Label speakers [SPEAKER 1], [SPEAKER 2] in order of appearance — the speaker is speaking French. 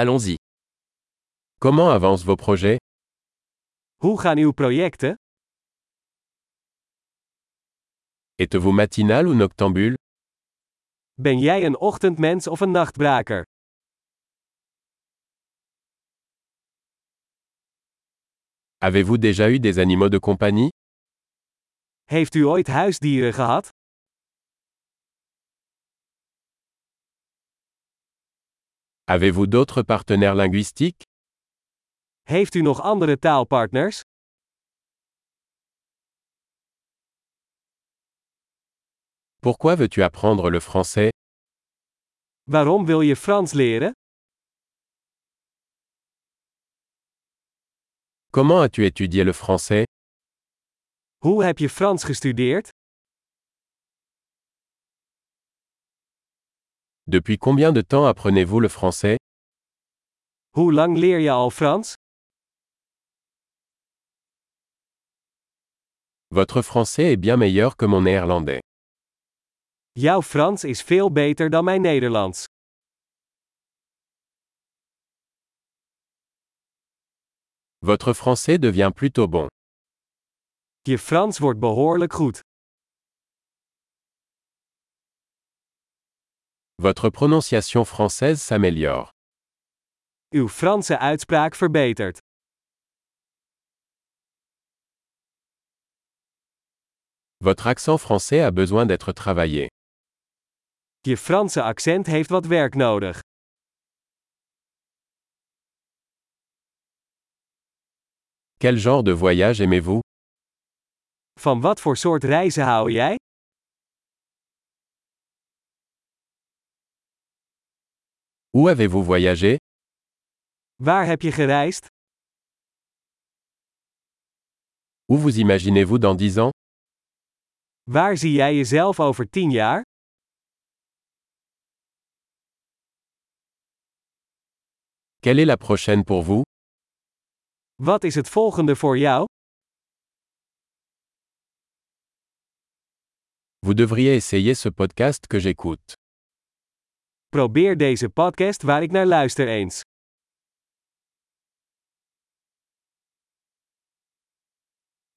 [SPEAKER 1] Allons-y. Comment avancent vos projets
[SPEAKER 2] Hoe gaan uw projecten?
[SPEAKER 1] Êtes-vous matinal ou noctambule
[SPEAKER 2] Ben jij een ochtendmens of een nachtbraker?
[SPEAKER 1] Avez-vous déjà eu des animaux de compagnie
[SPEAKER 2] Heeft u ooit huisdieren gehad?
[SPEAKER 1] Avez-vous d'autres partenaires linguistiques
[SPEAKER 2] Heeft u nog andere taalpartners?
[SPEAKER 1] Pourquoi veux-tu apprendre le français
[SPEAKER 2] Waarom wil je Frans leren?
[SPEAKER 1] Comment as-tu étudié le français
[SPEAKER 2] Hoe heb je Frans gestudeerd?
[SPEAKER 1] Depuis combien de temps apprenez-vous le français
[SPEAKER 2] Hoe lang leer je al Frans?
[SPEAKER 1] Votre français est bien meilleur que mon néerlandais.
[SPEAKER 2] Jouw Frans is veel beter dan mijn Nederlands.
[SPEAKER 1] Votre français devient plutôt bon.
[SPEAKER 2] Je Frans wordt behoorlijk goed.
[SPEAKER 1] Votre prononciation française s'améliore.
[SPEAKER 2] Uw Franse uitspraak verbetert.
[SPEAKER 1] Votre accent français a besoin d'être travaillé.
[SPEAKER 2] Je Franse accent heeft wat werk nodig.
[SPEAKER 1] Quel genre de voyage aimez-vous
[SPEAKER 2] Van wat voor soort reizen hou jij?
[SPEAKER 1] Où avez-vous voyagé
[SPEAKER 2] Waar heb je gereisd?
[SPEAKER 1] Où vous imaginez-vous dans 10 ans
[SPEAKER 2] Waar zie jij jezelf over 10 jaar?
[SPEAKER 1] Quelle est la prochaine pour vous
[SPEAKER 2] Wat is het volgende voor jou?
[SPEAKER 1] Vous devriez essayer ce podcast que j'écoute.
[SPEAKER 2] Probeer deze podcast waar ik naar luister eens.